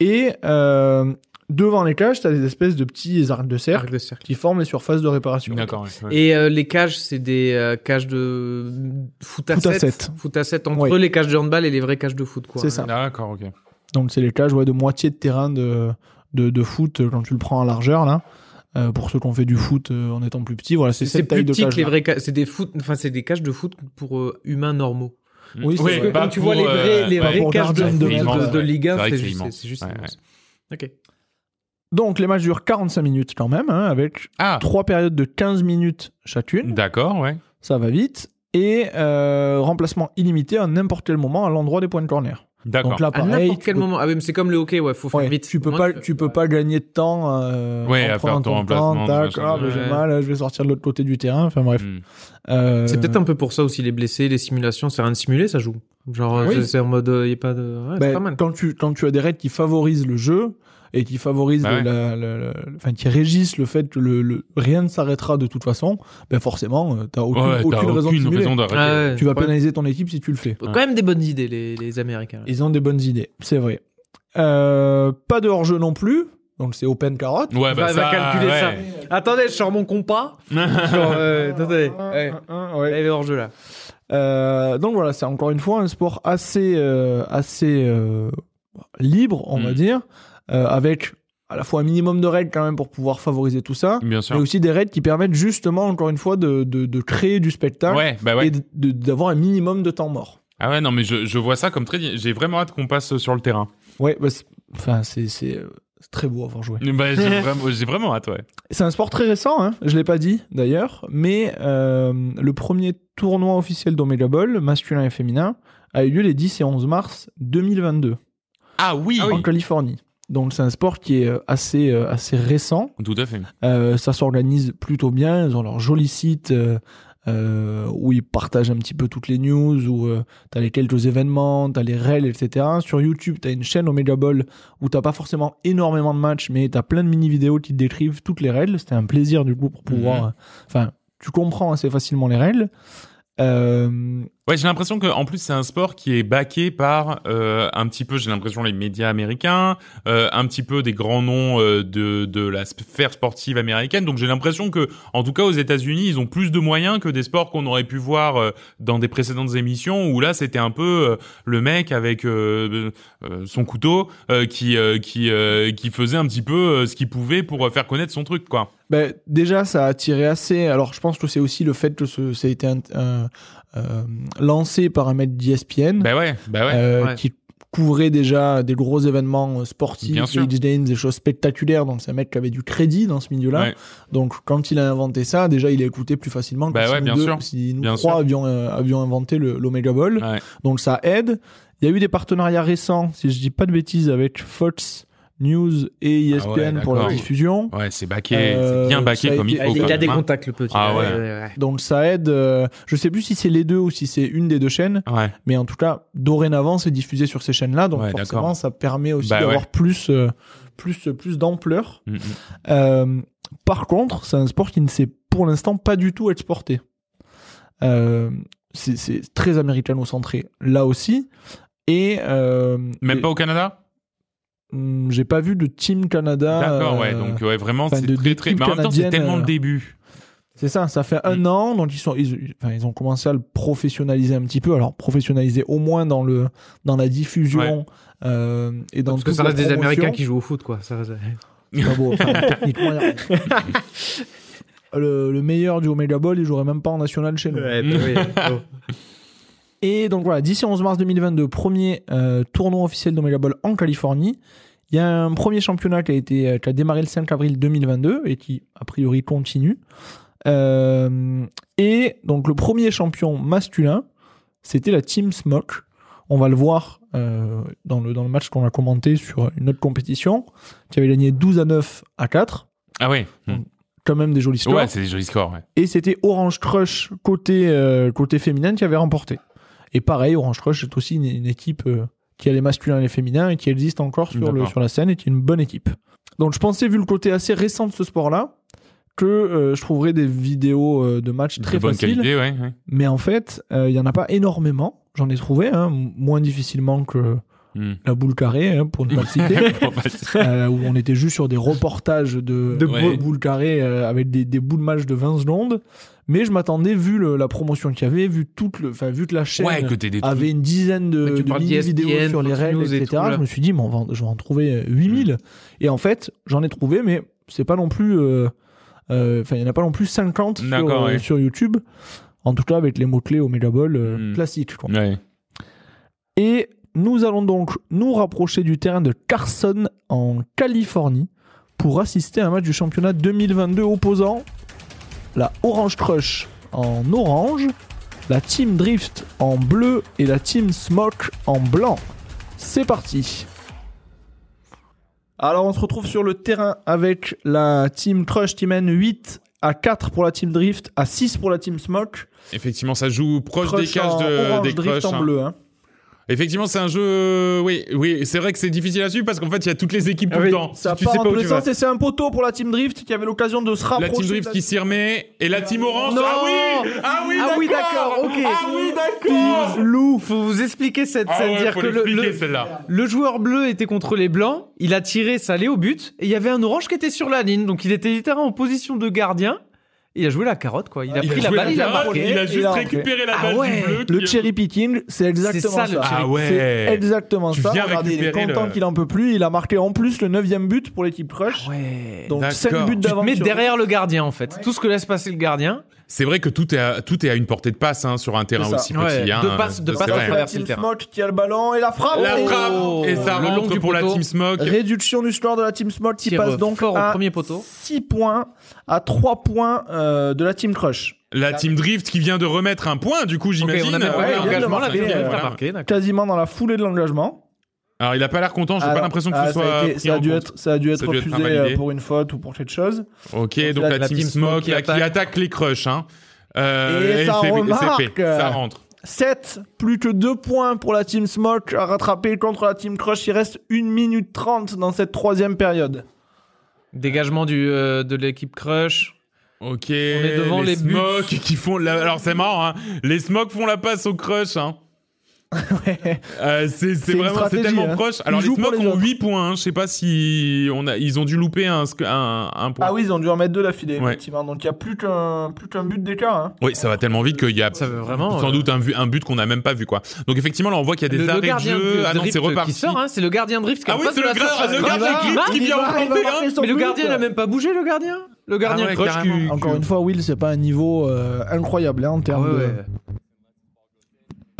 Speaker 1: Et euh, devant les cages, tu as des espèces de petits arcs de cercle
Speaker 4: Arc de cercle.
Speaker 1: qui forment les surfaces de réparation.
Speaker 3: D'accord. ouais, ouais.
Speaker 4: Et euh, les cages, c'est des euh, cages de foot à
Speaker 1: Foot à
Speaker 4: 7.
Speaker 1: sept.
Speaker 4: Foot à 7 entre
Speaker 1: Ouais.
Speaker 4: les cages de handball et les vraies cages de foot, quoi.
Speaker 1: C'est ça.
Speaker 3: D'accord, ok.
Speaker 1: Donc c'est les cages ouais, de moitié de terrain de, de, de foot euh, quand tu le prends à largeur là. Euh, pour ceux qui ont fait du foot euh, en étant plus petit, voilà, c'est
Speaker 4: C'est
Speaker 1: cette taille
Speaker 4: plus
Speaker 1: de
Speaker 4: petit
Speaker 1: cage.
Speaker 4: que les vraies cages. C'est des foot, enfin, c'est des cages de foot pour euh, humains normaux.
Speaker 1: Oui, c'est vrai.
Speaker 4: Parce que
Speaker 3: bah,
Speaker 1: pas
Speaker 4: quand tu
Speaker 3: euh,
Speaker 4: vois les vraies, les
Speaker 1: pas
Speaker 4: vraies
Speaker 1: pour
Speaker 4: cages de,
Speaker 1: gardien
Speaker 4: foot
Speaker 1: de
Speaker 4: de,
Speaker 1: match,
Speaker 4: de
Speaker 1: ouais.
Speaker 4: Ligue 1,
Speaker 3: C'est vrai
Speaker 4: c'est
Speaker 3: que c'est
Speaker 4: juste,
Speaker 3: immense.
Speaker 4: c'est juste
Speaker 3: Ouais,
Speaker 4: immense. Ok.
Speaker 1: Donc les matchs durent 45 minutes quand même, hein, avec
Speaker 3: Ah,
Speaker 1: trois périodes de 15 minutes chacune.
Speaker 3: d'accord, ouais.
Speaker 1: Ça va vite. Et euh, remplacement illimité à n'importe quel moment à l'endroit des points de corner.
Speaker 3: D'accord.
Speaker 1: Donc là,
Speaker 4: À
Speaker 1: pareil,
Speaker 4: n'importe
Speaker 1: tu
Speaker 4: quel
Speaker 1: peux-
Speaker 4: moment. Ah oui, mais c'est comme le hockey, ouais, faut faire
Speaker 1: ouais,
Speaker 4: vite.
Speaker 1: tu peux
Speaker 4: Moi,
Speaker 1: pas,
Speaker 4: je-
Speaker 1: tu peux pas gagner de temps. Euh, en
Speaker 3: Ouais, à faire
Speaker 1: prenant
Speaker 3: ton
Speaker 1: temps,
Speaker 3: remplacement,
Speaker 1: tac,
Speaker 3: machin,
Speaker 1: ah, bah, j'ai
Speaker 4: ouais.
Speaker 1: mal, euh, je vais sortir de l'autre côté du terrain. Enfin bref.
Speaker 3: Hmm.
Speaker 1: Euh,
Speaker 4: C'est peut-être un peu pour ça aussi les blessés, les simulations, c'est rien de simulé, ça joue. Genre, euh,
Speaker 1: Oui.
Speaker 4: c'est- c'est en mode, il y a pas de. Ouais,
Speaker 1: Ben,
Speaker 4: c'est pas mal.
Speaker 1: Quand tu, quand tu as des règles qui favorisent le jeu et qui favorisent
Speaker 3: Bah ouais.
Speaker 1: la- la- la- la- enfin, qui régissent le fait que le, le- rien ne s'arrêtera de toute façon, ben forcément, euh, t'as aucune,
Speaker 3: Ouais,
Speaker 1: aucune
Speaker 3: t'as
Speaker 1: raison de
Speaker 3: aucune
Speaker 1: simuler.
Speaker 3: raison d'arrêter.
Speaker 4: Ah ouais,
Speaker 1: Tu vas
Speaker 4: ouais.
Speaker 1: pénaliser ton équipe si tu le fais.
Speaker 4: Quand même des bonnes idées, les, les Américains. là.
Speaker 1: Ils ont des bonnes idées, c'est vrai. Euh, pas de hors-jeu non plus, donc c'est open carotte.
Speaker 3: Ouais, bah
Speaker 4: va,
Speaker 3: ça,
Speaker 4: va calculer
Speaker 3: ouais.
Speaker 4: ça. Attendez, je sors mon compas. Genre, euh, attendez, ouais.
Speaker 1: Ouais.
Speaker 4: Elle est hors jeu là.
Speaker 1: Euh, donc voilà, c'est encore une fois un sport assez, euh, assez euh, libre, on
Speaker 3: Mm.
Speaker 1: va dire, euh, avec à la fois un minimum de règles quand même pour pouvoir favoriser tout ça,
Speaker 3: Bien
Speaker 1: mais
Speaker 3: sûr.
Speaker 1: aussi des règles qui permettent justement, encore une fois, de, de, de créer du spectacle
Speaker 3: Ouais, bah ouais.
Speaker 1: et de- de- d'avoir un minimum de temps mort.
Speaker 3: Ah ouais, non, mais je, je vois ça comme très. di- J'ai vraiment hâte qu'on passe sur le terrain.
Speaker 1: Ouais, bah, c'est- enfin, c'est c'est, euh, c'est très beau à voir jouer.
Speaker 3: Bah, j'ai vraiment, j'ai vraiment hâte, ouais.
Speaker 1: C'est un sport très récent, hein, je l'ai pas dit d'ailleurs, mais euh, le premier tournoi officiel d'Omega Ball, masculin et féminin, a eu lieu les 10 et 11 mars 2022.
Speaker 3: Ah oui,
Speaker 1: en Californie. Donc c'est un sport qui est euh, assez, euh, assez récent.
Speaker 3: Tout à fait.
Speaker 1: Euh, ça s'organise plutôt bien. Ils ont leur joli site euh, euh, où ils partagent un petit peu toutes les news, où euh, t'as les quelques événements, t'as les règles, etc. Sur YouTube, t'as une chaîne Omega Ball où t'as pas forcément énormément de matchs, mais t'as plein de mini-vidéos qui te décrivent toutes les règles. C'était un plaisir du coup pour pouvoir... euh, Enfin, tu comprends assez facilement les règles. Euh,
Speaker 3: Ouais, j'ai l'impression que en plus c'est un sport qui est baqué par euh, un petit peu, j'ai l'impression les médias américains, euh, un petit peu des grands noms euh, de de la sphère sportive américaine. Donc j'ai l'impression que en tout cas aux États-Unis, ils ont plus de moyens que des sports qu'on aurait pu voir euh, dans des précédentes émissions où là c'était un peu euh, le mec avec euh, euh, son couteau euh, qui euh, qui euh, qui faisait un petit peu euh, ce qu'il pouvait pour euh, faire connaître son truc quoi.
Speaker 1: Ben, déjà, ça a attiré assez. Alors, je pense que c'est aussi le fait que ce, ça a été un- un- euh, lancé par un maître d'ESPN
Speaker 3: Bah ouais, bah ouais.
Speaker 1: Mm. euh,
Speaker 4: ouais.
Speaker 1: qui couvrait déjà des gros événements euh, sportifs,
Speaker 3: Bien
Speaker 1: les
Speaker 3: sûr.
Speaker 1: X Games, des choses spectaculaires. Donc, c'est un mec qui avait du crédit dans ce milieu-là.
Speaker 3: Ouais.
Speaker 1: Donc, quand il a inventé ça, déjà, il est écouté plus facilement que
Speaker 3: Ben
Speaker 1: si,
Speaker 3: ouais,
Speaker 1: nous
Speaker 3: bien
Speaker 1: deux-
Speaker 3: sûr.
Speaker 1: si nous
Speaker 3: Bien
Speaker 1: trois
Speaker 3: sûr.
Speaker 1: avions, euh, avions inventé le- l'Omega Ball.
Speaker 3: Ouais.
Speaker 1: Donc, ça aide. Il y a eu des partenariats récents, si je dis pas de bêtises, avec Fox News et E ESPN
Speaker 3: Ah ouais,
Speaker 1: pour la
Speaker 3: d'accord.
Speaker 1: diffusion.
Speaker 3: Ouais, c'est baqué,
Speaker 1: Euh,
Speaker 3: c'est bien
Speaker 1: ça
Speaker 3: baqué
Speaker 1: a
Speaker 3: comme
Speaker 1: été-
Speaker 3: il faut.
Speaker 4: Il
Speaker 3: quand
Speaker 4: y a
Speaker 3: même,
Speaker 4: des
Speaker 3: hein.
Speaker 4: contacts, le petit.
Speaker 3: Ah ouais.
Speaker 1: Donc ça aide. euh, je sais plus si c'est les deux ou si c'est une des deux chaînes,
Speaker 3: Ouais.
Speaker 1: mais en tout cas, dorénavant, c'est diffusé sur ces chaînes-là. Donc
Speaker 3: Ouais,
Speaker 1: forcément,
Speaker 3: d'accord.
Speaker 1: ça permet aussi
Speaker 3: Bah
Speaker 1: d'avoir
Speaker 3: ouais.
Speaker 1: plus, euh, plus, plus d'ampleur.
Speaker 3: Mm, mm.
Speaker 1: Euh, par contre, c'est un sport qui ne s'est pour l'instant pas du tout exporté. Euh, c'est- c'est très américano-centré, là aussi. Et euh,
Speaker 3: Même
Speaker 1: et-
Speaker 3: pas au Canada
Speaker 1: Hmm, j'ai pas vu de Team Canada.
Speaker 3: D'accord,
Speaker 1: euh,
Speaker 3: ouais. Donc, ouais, vraiment,
Speaker 1: enfin,
Speaker 3: c'est
Speaker 1: de-
Speaker 3: très,
Speaker 1: de
Speaker 3: très.
Speaker 1: type
Speaker 3: Mais en même temps, c'est
Speaker 1: canadienne,
Speaker 3: tellement le
Speaker 1: euh,
Speaker 3: début.
Speaker 1: C'est ça, ça fait un
Speaker 4: Mm.
Speaker 1: an, donc ils sont, ils, ils- enfin, ils ont commencé à le professionnaliser un petit peu. Alors professionnaliser au moins dans le, dans la diffusion
Speaker 3: Ouais.
Speaker 1: euh, et dans
Speaker 4: Parce que
Speaker 1: toute
Speaker 4: ça
Speaker 1: la
Speaker 4: reste des
Speaker 1: promotion.
Speaker 4: Américains qui jouent au foot, quoi. Ça reste-
Speaker 1: C'est pas beau, enfin, techniquement, il y a- le, le meilleur du Omega Ball, il jouerait même pas en national chez nous.
Speaker 4: Ouais, bah oui. Oh.
Speaker 1: Et donc voilà, d'ici 11 mars 2022, premier euh, tournoi officiel d'Omega Ball en Californie. Il y a un premier championnat qui a, été, euh, qui a démarré le 5 avril 2022 et qui, a priori, continue. Euh, et donc le premier champion masculin, c'était la Team Smoke. On va le voir euh, dans, le, dans le match qu'on a commenté sur une autre compétition, qui avait gagné 12 à 9 à 4.
Speaker 3: Ah ouais. Mm.
Speaker 1: Quand même des jolis scores.
Speaker 3: Ouais, c'est des jolis scores. ouais.
Speaker 1: Et c'était Orange Crush côté, euh, côté féminin qui avait remporté. Et pareil, Orange Crush est aussi une, une équipe euh, qui a les masculins et les féminins et qui existe encore sur, le,
Speaker 3: D'accord.
Speaker 1: sur la scène et qui est une bonne équipe. Donc je pensais, vu le côté assez récent de ce sport-là, que euh, je trouverais des vidéos euh, de matchs très
Speaker 3: de bonne
Speaker 1: faciles.
Speaker 3: qualité, ouais. ouais.
Speaker 1: Mais en fait, euh, il y n'y en a pas énormément. J'en ai trouvé, hein, m- moins difficilement que
Speaker 3: Mm.
Speaker 1: la boule carrée, hein, pour ne pas le citer.
Speaker 3: Bon, bah, c'est-
Speaker 1: Euh, où on était juste sur des reportages de,
Speaker 4: De
Speaker 1: de
Speaker 3: ouais.
Speaker 1: boules carrées euh, avec des, des bouts de match de 20 secondes. Mais je m'attendais, vu le- la promotion qu'il y avait, vu, toute le, enfin, vu que la chaîne
Speaker 3: ouais, que t'es des trucs.
Speaker 1: avait une dizaine de,
Speaker 4: Ouais, tu
Speaker 1: de
Speaker 4: parles d'ESPN,
Speaker 1: vidéos sur les
Speaker 4: Fox
Speaker 1: règles,
Speaker 4: News et
Speaker 1: etc.,
Speaker 4: tout, là.
Speaker 1: je me suis dit, mais on va en- je vais en trouver euh, 8000. Et en fait, j'en ai trouvé, mais c'est pas non plus. euh, euh, Enfin, il n'y en a pas non plus 50 sur,
Speaker 3: D'accord,
Speaker 1: euh,
Speaker 3: ouais.
Speaker 1: sur YouTube. En tout cas, avec les mots-clés au Megaball euh,
Speaker 3: Mm.
Speaker 1: classique. quoi.
Speaker 3: Ouais.
Speaker 1: Et nous allons donc nous rapprocher du terrain de Carson en Californie pour assister à un match du championnat 2022 opposant la Orange Crush en orange, la Team Drift en bleu et la Team Smoke en blanc. C'est parti Alors on se retrouve sur le terrain avec la Team Crush qui mène 8 à 4 pour la Team Drift, à 6 pour la Team Smoke.
Speaker 3: Effectivement, ça joue proche des
Speaker 1: Crush
Speaker 3: cages
Speaker 1: en
Speaker 3: de,
Speaker 1: orange,
Speaker 3: des
Speaker 1: Drift
Speaker 3: crushs.
Speaker 1: en
Speaker 3: hein.
Speaker 1: bleu. hein.
Speaker 3: Effectivement, c'est un jeu. Oui, oui, c'est vrai que c'est difficile à suivre parce qu'en fait, il y a toutes les équipes
Speaker 4: Ah
Speaker 3: tout
Speaker 4: oui,
Speaker 3: le temps.
Speaker 1: Ça
Speaker 3: tu
Speaker 1: part
Speaker 3: sais
Speaker 1: en
Speaker 3: pas
Speaker 1: tous
Speaker 3: où
Speaker 1: les
Speaker 3: tu vas.
Speaker 1: sens et c'est un poteau pour la Team Drift qui avait l'occasion de se
Speaker 3: La
Speaker 1: rapprocher.
Speaker 3: team Drift
Speaker 1: de
Speaker 3: qui s'y remet et la team orange.
Speaker 4: Non
Speaker 3: ah oui Ah oui,
Speaker 4: Ah oui, d'accord,
Speaker 3: d'accord
Speaker 4: ok.
Speaker 3: Ah oui, d'accord
Speaker 4: Lou, faut vous expliquer cette
Speaker 3: Ah
Speaker 4: scène.
Speaker 3: ouais,
Speaker 4: dire
Speaker 3: faut
Speaker 4: que le,
Speaker 3: l'expliquer,
Speaker 4: le-
Speaker 3: celle-là.
Speaker 4: le joueur bleu était contre les blancs, il a tiré, ça allait au but, et il y avait un orange qui était sur la ligne, donc il était littéralement en position de gardien. Il a joué la carotte, quoi. Il a
Speaker 1: Il a
Speaker 4: pris la
Speaker 3: Ah, joué
Speaker 4: balle, il a
Speaker 3: carotte,
Speaker 4: marqué.
Speaker 3: Il
Speaker 1: et
Speaker 3: a juste
Speaker 1: il a marqué.
Speaker 3: récupéré la
Speaker 4: Ah
Speaker 3: balle
Speaker 4: ouais.
Speaker 3: du bleu.
Speaker 1: Le
Speaker 3: qui-
Speaker 1: cherry picking, c'est exactement ça.
Speaker 4: ça, le cherry-
Speaker 3: Ah ouais
Speaker 1: C'est exactement
Speaker 3: Tu
Speaker 1: ça.
Speaker 3: viens
Speaker 1: Regardez, il est
Speaker 3: récupérer
Speaker 1: content
Speaker 3: le-
Speaker 1: qu'il en peut plus. Il a marqué en plus le 9 but pour l'équipe Crush.
Speaker 4: Ah Ouais.
Speaker 1: Donc
Speaker 3: D'accord.
Speaker 1: 5 buts
Speaker 4: Tu te
Speaker 1: d'avance.
Speaker 4: mets
Speaker 1: sur-
Speaker 4: derrière le gardien, en fait. Tout ce que laisse passer le gardien,
Speaker 3: C'est vrai que tout est, à, tout est à une portée de passe hein, sur un terrain
Speaker 1: C'est ça.
Speaker 3: aussi petit.
Speaker 4: Ouais,
Speaker 3: hein.
Speaker 4: de passe- de
Speaker 3: C'est
Speaker 4: passe
Speaker 3: vrai.
Speaker 4: à travers.
Speaker 1: La
Speaker 4: Traverser
Speaker 1: Team
Speaker 4: le terrain.
Speaker 1: Smoke qui a le ballon et la frappe.
Speaker 3: La
Speaker 1: Et-
Speaker 3: frappe
Speaker 4: Oh.
Speaker 3: Et ça
Speaker 4: Le long
Speaker 3: rentre
Speaker 4: du
Speaker 3: pour la
Speaker 4: poteau.
Speaker 3: team smoke.
Speaker 1: Réduction du score de la Team Smoke qui
Speaker 4: Tire
Speaker 1: passe donc
Speaker 4: fort au
Speaker 1: à
Speaker 4: premier poteau.
Speaker 1: 6 points à 3 points euh, de la Team Crush.
Speaker 3: La team drift qui vient de remettre un point, du coup,
Speaker 4: Ok,
Speaker 3: j'imagine.
Speaker 4: on a même
Speaker 1: ouais,
Speaker 4: pas
Speaker 1: il
Speaker 4: eu
Speaker 1: vient de
Speaker 4: l'engagement,
Speaker 1: le
Speaker 4: la
Speaker 1: marquer,
Speaker 4: Team Drift
Speaker 1: euh,
Speaker 4: a marqué, d'accord.
Speaker 1: Quasiment dans la foulée de l'engagement.
Speaker 3: Alors, il a pas l'air content, j'ai pas
Speaker 1: Alors,
Speaker 3: l'impression que
Speaker 1: ah,
Speaker 3: ce soit.
Speaker 1: Ça a, été-
Speaker 3: pris
Speaker 1: ça a
Speaker 3: en
Speaker 1: dû
Speaker 3: compte.
Speaker 1: être, ça a dû être
Speaker 3: Ça a dû être
Speaker 1: refusé
Speaker 3: invalidé.
Speaker 1: euh, pour une faute ou pour quelque chose.
Speaker 3: Ok, donc, la, team, Smoke, là, qui, attaque. les crushs. Hein. Euh,
Speaker 1: Et ça
Speaker 3: c'est- c'est
Speaker 1: remarque.
Speaker 3: fait, ça rentre.
Speaker 1: 7, plus que 2 points pour la Team Smoke à rattraper contre la Team Crush. Il reste 1 minute 30 dans cette troisième période.
Speaker 4: Dégagement du, euh, de l'équipe Crush.
Speaker 3: Ok.
Speaker 4: est devant les buts.
Speaker 3: Smoke qui font. la- Alors c'est marrant. Hein. Les Smoke font la passe au crush. Hein. Euh,
Speaker 1: C'est
Speaker 3: c'est c'est
Speaker 1: une
Speaker 3: vraiment c'est
Speaker 1: stratégie,
Speaker 3: tellement
Speaker 1: hein.
Speaker 3: proche. Alors
Speaker 1: Ils
Speaker 3: les
Speaker 1: jouent pour
Speaker 3: Smoke
Speaker 1: les
Speaker 3: ont
Speaker 1: autres.
Speaker 3: 8 points. hein. Je sais pas si on a ils ont dû louper un sc- un, un point.
Speaker 1: Ah oui, ils ont dû en mettre 2 d'affilée,
Speaker 3: Ouais.
Speaker 1: effectivement. Donc il n'y a plus qu'un plus qu'un but d'écart. hein.
Speaker 3: Oui, ça va tellement vite qu'il y a
Speaker 4: Ça veut vraiment.
Speaker 3: sans
Speaker 4: euh,
Speaker 3: doute un, vu- un but qu'on n'a même pas vu quoi. Donc effectivement là on voit qu'il y a
Speaker 4: le-
Speaker 3: des
Speaker 4: le
Speaker 3: arrêts de
Speaker 4: gardien
Speaker 3: jeu.
Speaker 4: de
Speaker 3: Ah non
Speaker 4: drift
Speaker 3: c'est reparti.
Speaker 4: Qui sort, hein, c'est le gardien de drift qui est
Speaker 3: Ah
Speaker 4: en
Speaker 3: oui
Speaker 4: face
Speaker 3: c'est
Speaker 4: de
Speaker 3: le
Speaker 4: la
Speaker 3: gardien,
Speaker 4: surface.
Speaker 3: le
Speaker 4: Il
Speaker 3: gardien
Speaker 4: va,
Speaker 3: qui-
Speaker 4: il va.
Speaker 3: qui vient au
Speaker 1: Il
Speaker 3: planter,
Speaker 1: va
Speaker 3: hein.
Speaker 1: marquer son
Speaker 4: bah, Mais le
Speaker 1: but.
Speaker 4: gardien, il a même pas bougé, le gardien. Le gardien
Speaker 3: Ah ouais,
Speaker 4: Crush qui-
Speaker 3: carrément.
Speaker 1: Encore une fois, Will, c'est pas un niveau euh, incroyable hein, en
Speaker 4: Ah
Speaker 1: termes
Speaker 4: ouais,
Speaker 1: de.
Speaker 4: ouais.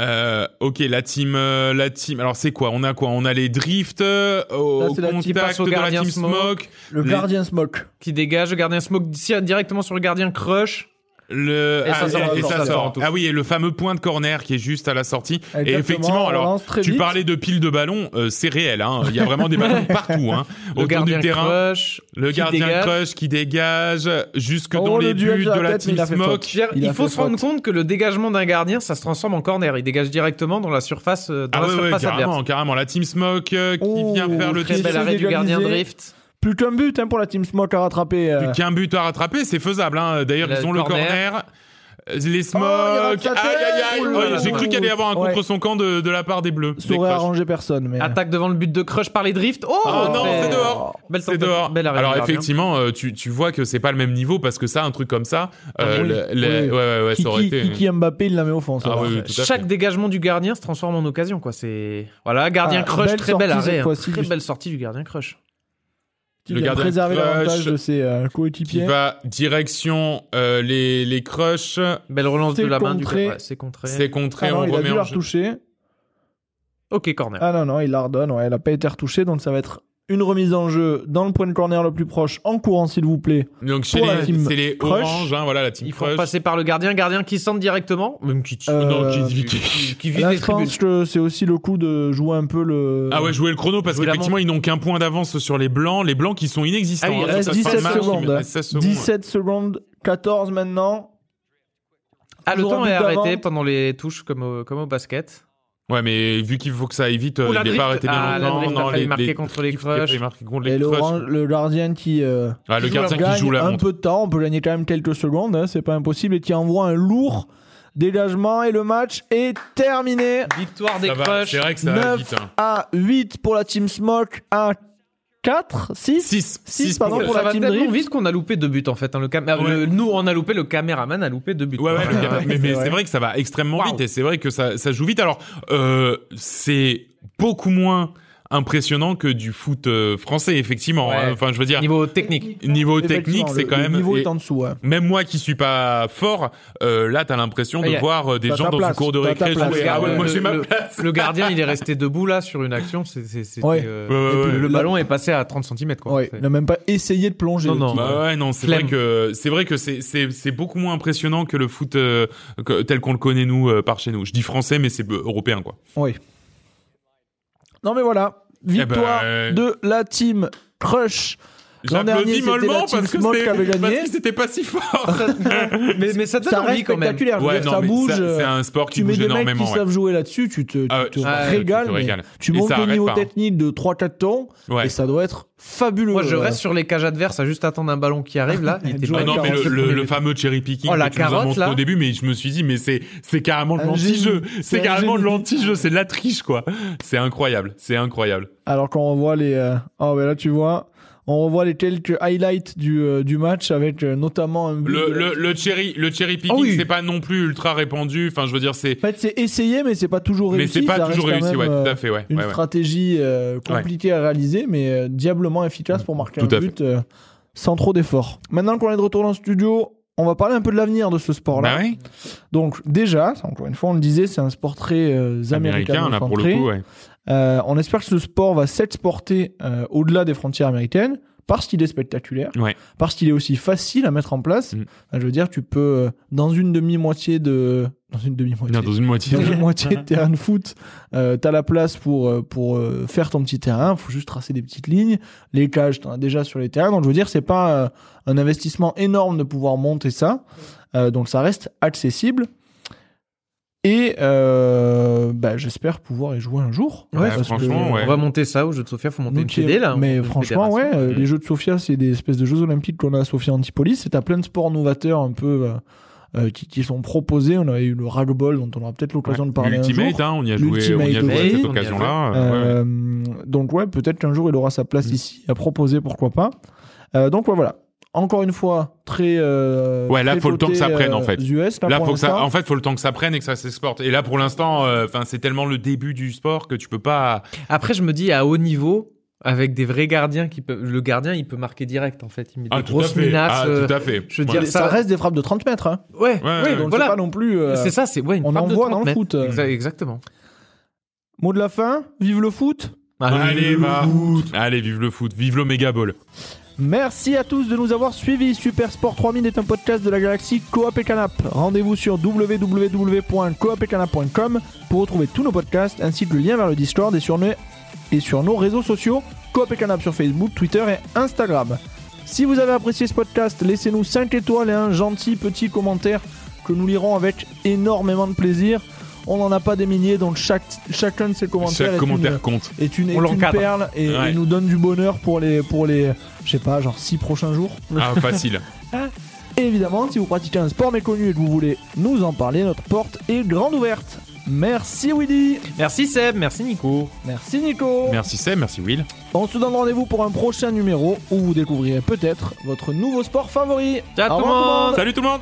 Speaker 3: Euh, ok, la team, euh, la team. Alors c'est quoi On a quoi On a les drifts euh, au
Speaker 1: c'est la team
Speaker 3: contact
Speaker 4: passe au
Speaker 3: de la
Speaker 4: gardien
Speaker 3: team
Speaker 4: Smoke.
Speaker 3: smoke.
Speaker 1: Le
Speaker 3: Les-
Speaker 1: gardien Smoke.
Speaker 4: Qui dégage, le gardien Smoke tire directement sur le gardien Crush.
Speaker 3: Le...
Speaker 4: Et ça
Speaker 3: ah,
Speaker 4: sort,
Speaker 3: et
Speaker 4: ça
Speaker 3: ça
Speaker 4: sort.
Speaker 3: sort. Ah oui, et le fameux point de corner qui est juste à la sortie.
Speaker 1: Exactement,
Speaker 3: et effectivement,
Speaker 1: on
Speaker 3: alors,
Speaker 1: lance très
Speaker 3: tu
Speaker 1: vite.
Speaker 3: parlais de piles de ballons, euh, c'est réel. hein. Il y a vraiment des ballons partout. Hein.
Speaker 4: Le
Speaker 3: Autour
Speaker 4: gardien
Speaker 3: du terrain,
Speaker 4: crush.
Speaker 3: le
Speaker 4: qui
Speaker 3: gardien
Speaker 4: dégage.
Speaker 3: crush qui dégage, jusque
Speaker 1: Oh,
Speaker 3: dans
Speaker 1: le
Speaker 3: les
Speaker 1: duel
Speaker 3: buts
Speaker 1: de la
Speaker 3: de la
Speaker 1: tête, mais
Speaker 3: team
Speaker 1: il a fait faute.
Speaker 3: Smoke.
Speaker 4: Je veux dire,
Speaker 1: Il
Speaker 4: il
Speaker 1: a
Speaker 4: faut
Speaker 1: fait
Speaker 4: se rendre compte que le dégagement d'un gardien, ça se transforme en corner. Il dégage directement dans la surface, euh, dans
Speaker 3: Ah
Speaker 4: la
Speaker 3: ouais, ouais,
Speaker 4: surface adverse.
Speaker 3: carrément, carrément. La team Smoke euh, qui
Speaker 1: Oh,
Speaker 3: vient faire le
Speaker 1: très Qui
Speaker 4: Très
Speaker 3: tri-
Speaker 1: essaie
Speaker 4: bel arrêt du
Speaker 1: d'égaliser.
Speaker 4: gardien drift.
Speaker 1: Plus qu'un but hein, pour la Team Smoke à rattraper. euh.
Speaker 3: Qu'un but à rattraper, c'est faisable. hein. D'ailleurs,
Speaker 4: Le
Speaker 3: ils ont le
Speaker 4: corner.
Speaker 3: corner. Euh, Les Smoke.
Speaker 1: Oh, il rate sa
Speaker 3: aïe,
Speaker 1: tête.
Speaker 3: aïe, aïe.
Speaker 1: Oh là
Speaker 3: Ouais,
Speaker 4: là.
Speaker 3: J'ai cru qu'il allait y avoir un contre
Speaker 1: Ouais.
Speaker 3: son camp de, de la part des Bleus.
Speaker 1: Ça
Speaker 3: Des
Speaker 1: aurait
Speaker 3: Crush.
Speaker 1: arrangé personne. Mais...
Speaker 4: Attaque devant le but de crush par les drifts. Oh,
Speaker 3: Ah non,
Speaker 4: très-
Speaker 3: c'est dehors.
Speaker 4: Belle
Speaker 3: C'est
Speaker 4: tentative,
Speaker 3: dehors.
Speaker 4: bel arrêt
Speaker 3: Alors
Speaker 4: du gardien.
Speaker 3: effectivement, euh, tu, tu vois que c'est pas le même niveau parce que ça, un truc comme ça, euh,
Speaker 1: Ah oui,
Speaker 3: le- le-
Speaker 1: oui.
Speaker 3: ouais, ouais, ouais, Bah, ça aurait
Speaker 1: Kiki,
Speaker 3: été.
Speaker 1: Kiki Mbappé, il la met au fond. ça
Speaker 3: Ah
Speaker 1: va.
Speaker 3: oui, oui, tout à fait.
Speaker 4: Chaque dégagement du gardien se transforme en occasion, quoi. C'est voilà, gardien
Speaker 1: Ah,
Speaker 4: crush,
Speaker 1: belle
Speaker 4: très bel
Speaker 1: sortie cette
Speaker 4: arrêt, hein.
Speaker 1: fois-ci
Speaker 4: très
Speaker 1: du-
Speaker 4: belle sortie du gardien crush.
Speaker 1: Qui
Speaker 3: Le
Speaker 1: vient
Speaker 3: gardien
Speaker 1: préserver
Speaker 3: crush.
Speaker 1: l'avantage de ses euh,
Speaker 3: qui
Speaker 1: coéquipiers.
Speaker 3: va direction euh, les les crushs,
Speaker 4: Belle relance
Speaker 1: C'est
Speaker 4: de la main du
Speaker 1: contré.
Speaker 4: ouais, c'est contré.
Speaker 3: c'est contré,
Speaker 1: Ah non,
Speaker 3: on
Speaker 1: il a
Speaker 3: remet
Speaker 1: dû la
Speaker 3: en jeu.
Speaker 1: retoucher.
Speaker 4: Ok corner.
Speaker 1: Ah non, non, il la redonne. ouais, elle n'a pas été retouchée, donc ça va être une remise en jeu dans le point de corner le plus proche, en courant s'il vous plaît.
Speaker 3: Donc chez
Speaker 1: Pour la
Speaker 3: les,
Speaker 1: team
Speaker 3: c'est les
Speaker 1: crush.
Speaker 3: oranges, hein, voilà la team
Speaker 4: Il faut
Speaker 3: crush.
Speaker 4: passer par le gardien, gardien qui centre directement, même qui tire,
Speaker 1: Euh,
Speaker 4: non,
Speaker 3: qui-
Speaker 4: qui, qui- qui vise
Speaker 1: Là,
Speaker 4: les
Speaker 1: je pense
Speaker 4: tribunes.
Speaker 1: que c'est aussi le coup de jouer un peu le.
Speaker 3: Ah ouais, jouer le chrono parce
Speaker 4: Jouer la
Speaker 3: qu'effectivement ils n'ont qu'un point d'avance sur les blancs, les blancs qui sont inexistants.
Speaker 4: Ah oui, il
Speaker 3: hein,
Speaker 4: reste
Speaker 3: sur cette
Speaker 4: 17
Speaker 3: fin de match,
Speaker 1: secondes,
Speaker 3: il
Speaker 1: hein.
Speaker 3: reste 16 secondes.
Speaker 1: 17 secondes, 14 maintenant.
Speaker 4: Ah, le
Speaker 1: Toujours un
Speaker 4: temps
Speaker 1: but
Speaker 4: est arrêté
Speaker 1: d'avance.
Speaker 4: pendant les touches comme au, comme au basket.
Speaker 3: Ouais, mais vu qu'il faut que ça évite,
Speaker 4: Ou
Speaker 3: euh,
Speaker 4: la
Speaker 3: il n'est
Speaker 4: drift.
Speaker 3: pas arrêté bien
Speaker 4: ah, la
Speaker 3: longtemps.
Speaker 4: drift,
Speaker 3: Non,
Speaker 4: il a
Speaker 3: les-
Speaker 4: failli marquer
Speaker 3: les-
Speaker 4: contre les
Speaker 3: il a
Speaker 4: crushs.
Speaker 3: failli marquer contre
Speaker 1: Et
Speaker 3: les
Speaker 1: le,
Speaker 3: crushs.
Speaker 1: orange- le gardien qui. euh,
Speaker 3: Ah, le
Speaker 4: qui joue la
Speaker 3: gardien qui
Speaker 1: gagne
Speaker 3: joue la
Speaker 1: un
Speaker 3: montre.
Speaker 1: peu de temps, on peut gagner quand même quelques secondes, hein, c'est pas impossible, et qui envoie un lourd dégagement, et le match est terminé.
Speaker 4: Victoire des
Speaker 3: Ça va,
Speaker 4: crushs.
Speaker 3: C'est vrai que ça va
Speaker 1: 9
Speaker 3: vite. hein.
Speaker 1: à 8 pour la Team Smoke, à 4, 6
Speaker 3: 6.
Speaker 1: Six, pardon, pour
Speaker 4: ça
Speaker 1: la
Speaker 4: va
Speaker 1: team
Speaker 4: tellement
Speaker 1: drift.
Speaker 4: vite qu'on a loupé deux buts en fait. hein, le cam- ah,
Speaker 3: Ouais.
Speaker 4: le- nous on a loupé, le caméraman a loupé deux buts.
Speaker 3: Ouais, ouais,
Speaker 4: Voilà.
Speaker 3: le cap- mais,
Speaker 1: c'est
Speaker 3: mais c'est
Speaker 1: vrai.
Speaker 3: vrai. que ça va extrêmement
Speaker 4: Waouh.
Speaker 3: vite et c'est vrai que ça, ça joue vite. Alors, euh, c'est beaucoup moins impressionnant que du foot euh, français, effectivement.
Speaker 4: Ouais.
Speaker 3: hein. Enfin, je veux dire, niveau,
Speaker 4: Niveau technique.
Speaker 3: technique, c'est quand
Speaker 1: le,
Speaker 3: même.
Speaker 1: Le niveau
Speaker 3: et
Speaker 1: est en dessous. hein.
Speaker 3: Même moi qui suis pas fort, euh, là, t'as l'impression
Speaker 4: Ah, y
Speaker 3: de
Speaker 4: a-
Speaker 3: voir euh, des
Speaker 1: t'as ta
Speaker 3: gens dans une
Speaker 1: place,
Speaker 3: cours de
Speaker 1: t'as ta
Speaker 3: récré
Speaker 1: place.
Speaker 3: jouer. Ah ouais,
Speaker 1: Regarde,
Speaker 3: moi
Speaker 4: euh, le-
Speaker 3: j'ai ma
Speaker 4: le-
Speaker 3: place.
Speaker 4: Le gardien il est resté debout là sur une action. c'est- c'est- c'était,
Speaker 1: Ouais.
Speaker 4: euh,
Speaker 3: Ouais, ouais,
Speaker 4: et puis
Speaker 3: ouais.
Speaker 4: Le
Speaker 1: Là-
Speaker 4: ballon est passé à 30 cm quoi.
Speaker 1: Ouais,
Speaker 4: C'est-
Speaker 1: il n'a même pas essayé de plonger.
Speaker 4: Non,
Speaker 1: le
Speaker 4: non.
Speaker 1: type.
Speaker 3: Bah ouais, non, c'est
Speaker 4: Flemme.
Speaker 3: vrai que c'est vrai que c'est c'est c'est beaucoup moins impressionnant que le foot euh, que- tel qu'on le connaît nous euh, par chez nous. Je dis français, mais c'est euh, européen quoi.
Speaker 1: Oui. Non mais voilà, victoire
Speaker 3: Eh ben,
Speaker 1: de la team Crush. L'an dernier,
Speaker 3: J'applaudis
Speaker 1: c'était la
Speaker 3: mollement
Speaker 1: team
Speaker 3: parce que
Speaker 1: Smoke qui avait
Speaker 3: c'était-
Speaker 1: gagné.
Speaker 3: parce que c'était pas si fort.
Speaker 4: mais, mais ça donne
Speaker 1: Ça
Speaker 4: envie
Speaker 1: reste
Speaker 4: quand même.
Speaker 1: spectaculaire, je veux
Speaker 3: Ouais,
Speaker 1: dire,
Speaker 3: non,
Speaker 1: ça
Speaker 3: mais
Speaker 1: bouge.
Speaker 3: ça- c'est
Speaker 1: euh,
Speaker 3: un sport qui
Speaker 1: tu mets
Speaker 3: bouge
Speaker 1: des mecs qui
Speaker 3: énormément. ouais.
Speaker 1: savent jouer là-dessus, tu te, tu
Speaker 3: Ah ouais,
Speaker 1: te
Speaker 3: tu-
Speaker 4: tu te
Speaker 1: régales.
Speaker 3: te
Speaker 1: mais
Speaker 3: régales.
Speaker 1: Tu
Speaker 3: Et
Speaker 1: montes
Speaker 3: ça
Speaker 1: le
Speaker 3: arrête
Speaker 1: niveau
Speaker 3: pas, hein.
Speaker 1: technique de 3-4 tons
Speaker 3: Ouais.
Speaker 1: et ça doit être fabuleux.
Speaker 4: Moi je
Speaker 1: euh.
Speaker 4: reste sur les cages adverses à juste attendre un ballon qui arrive là. Il était
Speaker 1: Ah
Speaker 4: pas-
Speaker 3: Ah non, mais le, le- le fameux cherry picking
Speaker 4: Oh, la
Speaker 3: que tu nous as
Speaker 4: carotte,
Speaker 3: montré
Speaker 4: là.
Speaker 3: au début, mais je me suis dit, mais c'est c'est carrément de
Speaker 1: Un
Speaker 3: l'anti-jeu,
Speaker 1: génie. C'est
Speaker 3: c'est
Speaker 1: un
Speaker 3: carrément de
Speaker 1: génie.
Speaker 3: l'anti-jeu, c'est de la triche quoi. C'est incroyable, c'est incroyable.
Speaker 1: Alors qu'on revoit les. euh, Oh, ben là, tu vois. On revoit les quelques highlights du, euh, du match avec euh, notamment un but
Speaker 3: Le
Speaker 1: de-
Speaker 3: le le cherry le cherry picking,
Speaker 1: Ah oui.
Speaker 3: c'est pas non plus ultra répandu. Enfin, je veux dire, c'est
Speaker 1: En fait, c'est essayé, mais c'est pas toujours
Speaker 3: mais
Speaker 1: réussi.
Speaker 3: c'est pas
Speaker 1: ça
Speaker 3: toujours
Speaker 1: reste quand
Speaker 3: réussi, ouais,
Speaker 1: même,
Speaker 3: tout
Speaker 1: euh,
Speaker 3: à fait, ouais.
Speaker 1: Une
Speaker 3: ouais, ouais.
Speaker 1: stratégie euh, compliquée à réaliser, mais euh, diablement efficace pour marquer
Speaker 3: Mm, Tout
Speaker 1: un
Speaker 3: à
Speaker 1: but euh, sans trop d'efforts. Maintenant qu'on est de retour dans le studio, on va parler un peu de l'avenir de ce sport-là.
Speaker 3: Bah ouais,
Speaker 1: Donc déjà, ça, encore une fois, on le disait, c'est un sport très euh,
Speaker 3: américain là pour le
Speaker 1: centré.
Speaker 3: coup, ouais.
Speaker 1: Euh, on espère que ce sport va s'exporter euh, au-delà des frontières américaines parce qu'il est spectaculaire,
Speaker 3: Ouais.
Speaker 1: parce qu'il est aussi facile à mettre en place.
Speaker 3: Mm.
Speaker 1: Enfin, je veux dire, tu peux euh, dans une demi-moitié de dans une demi-moitié
Speaker 3: Non, dans une moitié.
Speaker 1: dans une moitié de terrain de foot, euh, t'as la place pour euh, pour euh, faire ton petit terrain. Faut juste tracer des petites lignes. Les cages, t'en as déjà sur les terrains. Donc je veux dire, c'est pas euh, un investissement énorme de pouvoir monter ça. Euh, donc ça reste accessible. Et euh, bah, j'espère pouvoir y jouer un jour.
Speaker 3: Ouais, franchement, ouais.
Speaker 4: On va monter ça au jeu de Sofia, faut monter
Speaker 1: nous
Speaker 4: une
Speaker 1: qui-
Speaker 4: PD là. on
Speaker 1: mais
Speaker 4: monte une
Speaker 1: franchement, ouais,
Speaker 4: fédération.
Speaker 1: euh,
Speaker 3: Mhm.
Speaker 1: les Jeux de Sofia, c'est des espèces de Jeux Olympiques qu'on a à Sofia Antipolis. C'est à plein de sports novateurs un peu euh, euh, qui, qui sont proposés. On avait eu le ragball dont on aura peut-être l'occasion de parler un jour.
Speaker 3: L'ultimate, hein, on y a joué, on y a
Speaker 1: L'ultimate
Speaker 3: joué à
Speaker 4: aussi.
Speaker 3: cette
Speaker 4: On y a
Speaker 3: occasion-là. euh, ouais, ouais.
Speaker 1: Euh, Donc ouais, peut-être qu'un jour il aura sa
Speaker 4: Mm.
Speaker 1: place
Speaker 3: Mhm.
Speaker 1: ici à proposer, pourquoi pas. Euh, donc ouais, voilà. Encore une fois, très. euh,
Speaker 3: Ouais, là,
Speaker 1: très
Speaker 3: faut le temps que ça
Speaker 1: côté,
Speaker 3: prenne, en
Speaker 1: euh,
Speaker 3: fait.
Speaker 1: US, là,
Speaker 3: Là,
Speaker 1: pour
Speaker 3: faut que ça,
Speaker 1: l'instant.
Speaker 3: en fait, faut le temps que ça prenne et que ça s'exporte. Et là, pour l'instant, euh, enfin, c'est tellement le début du sport que tu peux pas.
Speaker 4: Après, je me dis à haut niveau, avec des vrais gardiens qui peuvent. Le gardien, il peut marquer direct en fait. Il met des grosses menaces.
Speaker 3: Ah,
Speaker 4: euh,
Speaker 3: tout à fait.
Speaker 4: je veux
Speaker 1: Ça,
Speaker 4: dire, ça-
Speaker 1: reste des frappes de 30 mètres. hein.
Speaker 3: Ouais,
Speaker 4: Ouais, ouais,
Speaker 3: ouais,
Speaker 1: Donc c'est
Speaker 4: voilà.
Speaker 1: pas non plus. euh,
Speaker 4: C'est ça, c'est ouais, une
Speaker 1: on
Speaker 4: frappe
Speaker 1: en
Speaker 4: de
Speaker 1: voit
Speaker 4: 30
Speaker 1: dans le
Speaker 4: mètres.
Speaker 1: foot. euh.
Speaker 4: Exa- Exactement.
Speaker 1: Mot de la fin. Vive le foot.
Speaker 3: Allez,
Speaker 4: le
Speaker 3: va.
Speaker 4: foot.
Speaker 3: Allez, vive le foot, vive l'Omega Ball.
Speaker 1: Merci à tous de nous avoir suivis. Super Sport 3000 est un podcast de la galaxie Coop et Canap. Rendez-vous sur www.coopetcanap.com pour retrouver tous nos podcasts ainsi que le lien vers le Discord et sur nos, et sur nos réseaux sociaux Coop et Canap sur Facebook, Twitter et Instagram. Si vous avez apprécié ce podcast, laissez-nous 5 étoiles et un gentil petit commentaire que nous lirons avec énormément de plaisir. On n'en a pas des milliers, donc chaque, chacun de ces commentaires est
Speaker 3: Chaque
Speaker 1: une-
Speaker 3: commentaire compte.
Speaker 1: est une, est
Speaker 4: On
Speaker 1: une
Speaker 4: l'encadre.
Speaker 1: perle et,
Speaker 3: Ouais.
Speaker 1: et nous donne du bonheur pour les, pour les je sais pas, genre 6 prochains jours.
Speaker 3: Ah, facile.
Speaker 1: Et évidemment, si vous pratiquez un sport méconnu et que vous voulez nous en parler, notre porte est grande ouverte. Merci Willy,
Speaker 4: Merci Seb, merci Nico.
Speaker 1: merci Nico.
Speaker 3: Merci Seb, merci Will.
Speaker 1: On se donne rendez-vous pour un prochain numéro où vous découvrirez peut-être votre nouveau sport favori.
Speaker 4: Ciao
Speaker 1: Au
Speaker 4: tout le
Speaker 1: revoir,
Speaker 4: monde.
Speaker 3: Salut tout le monde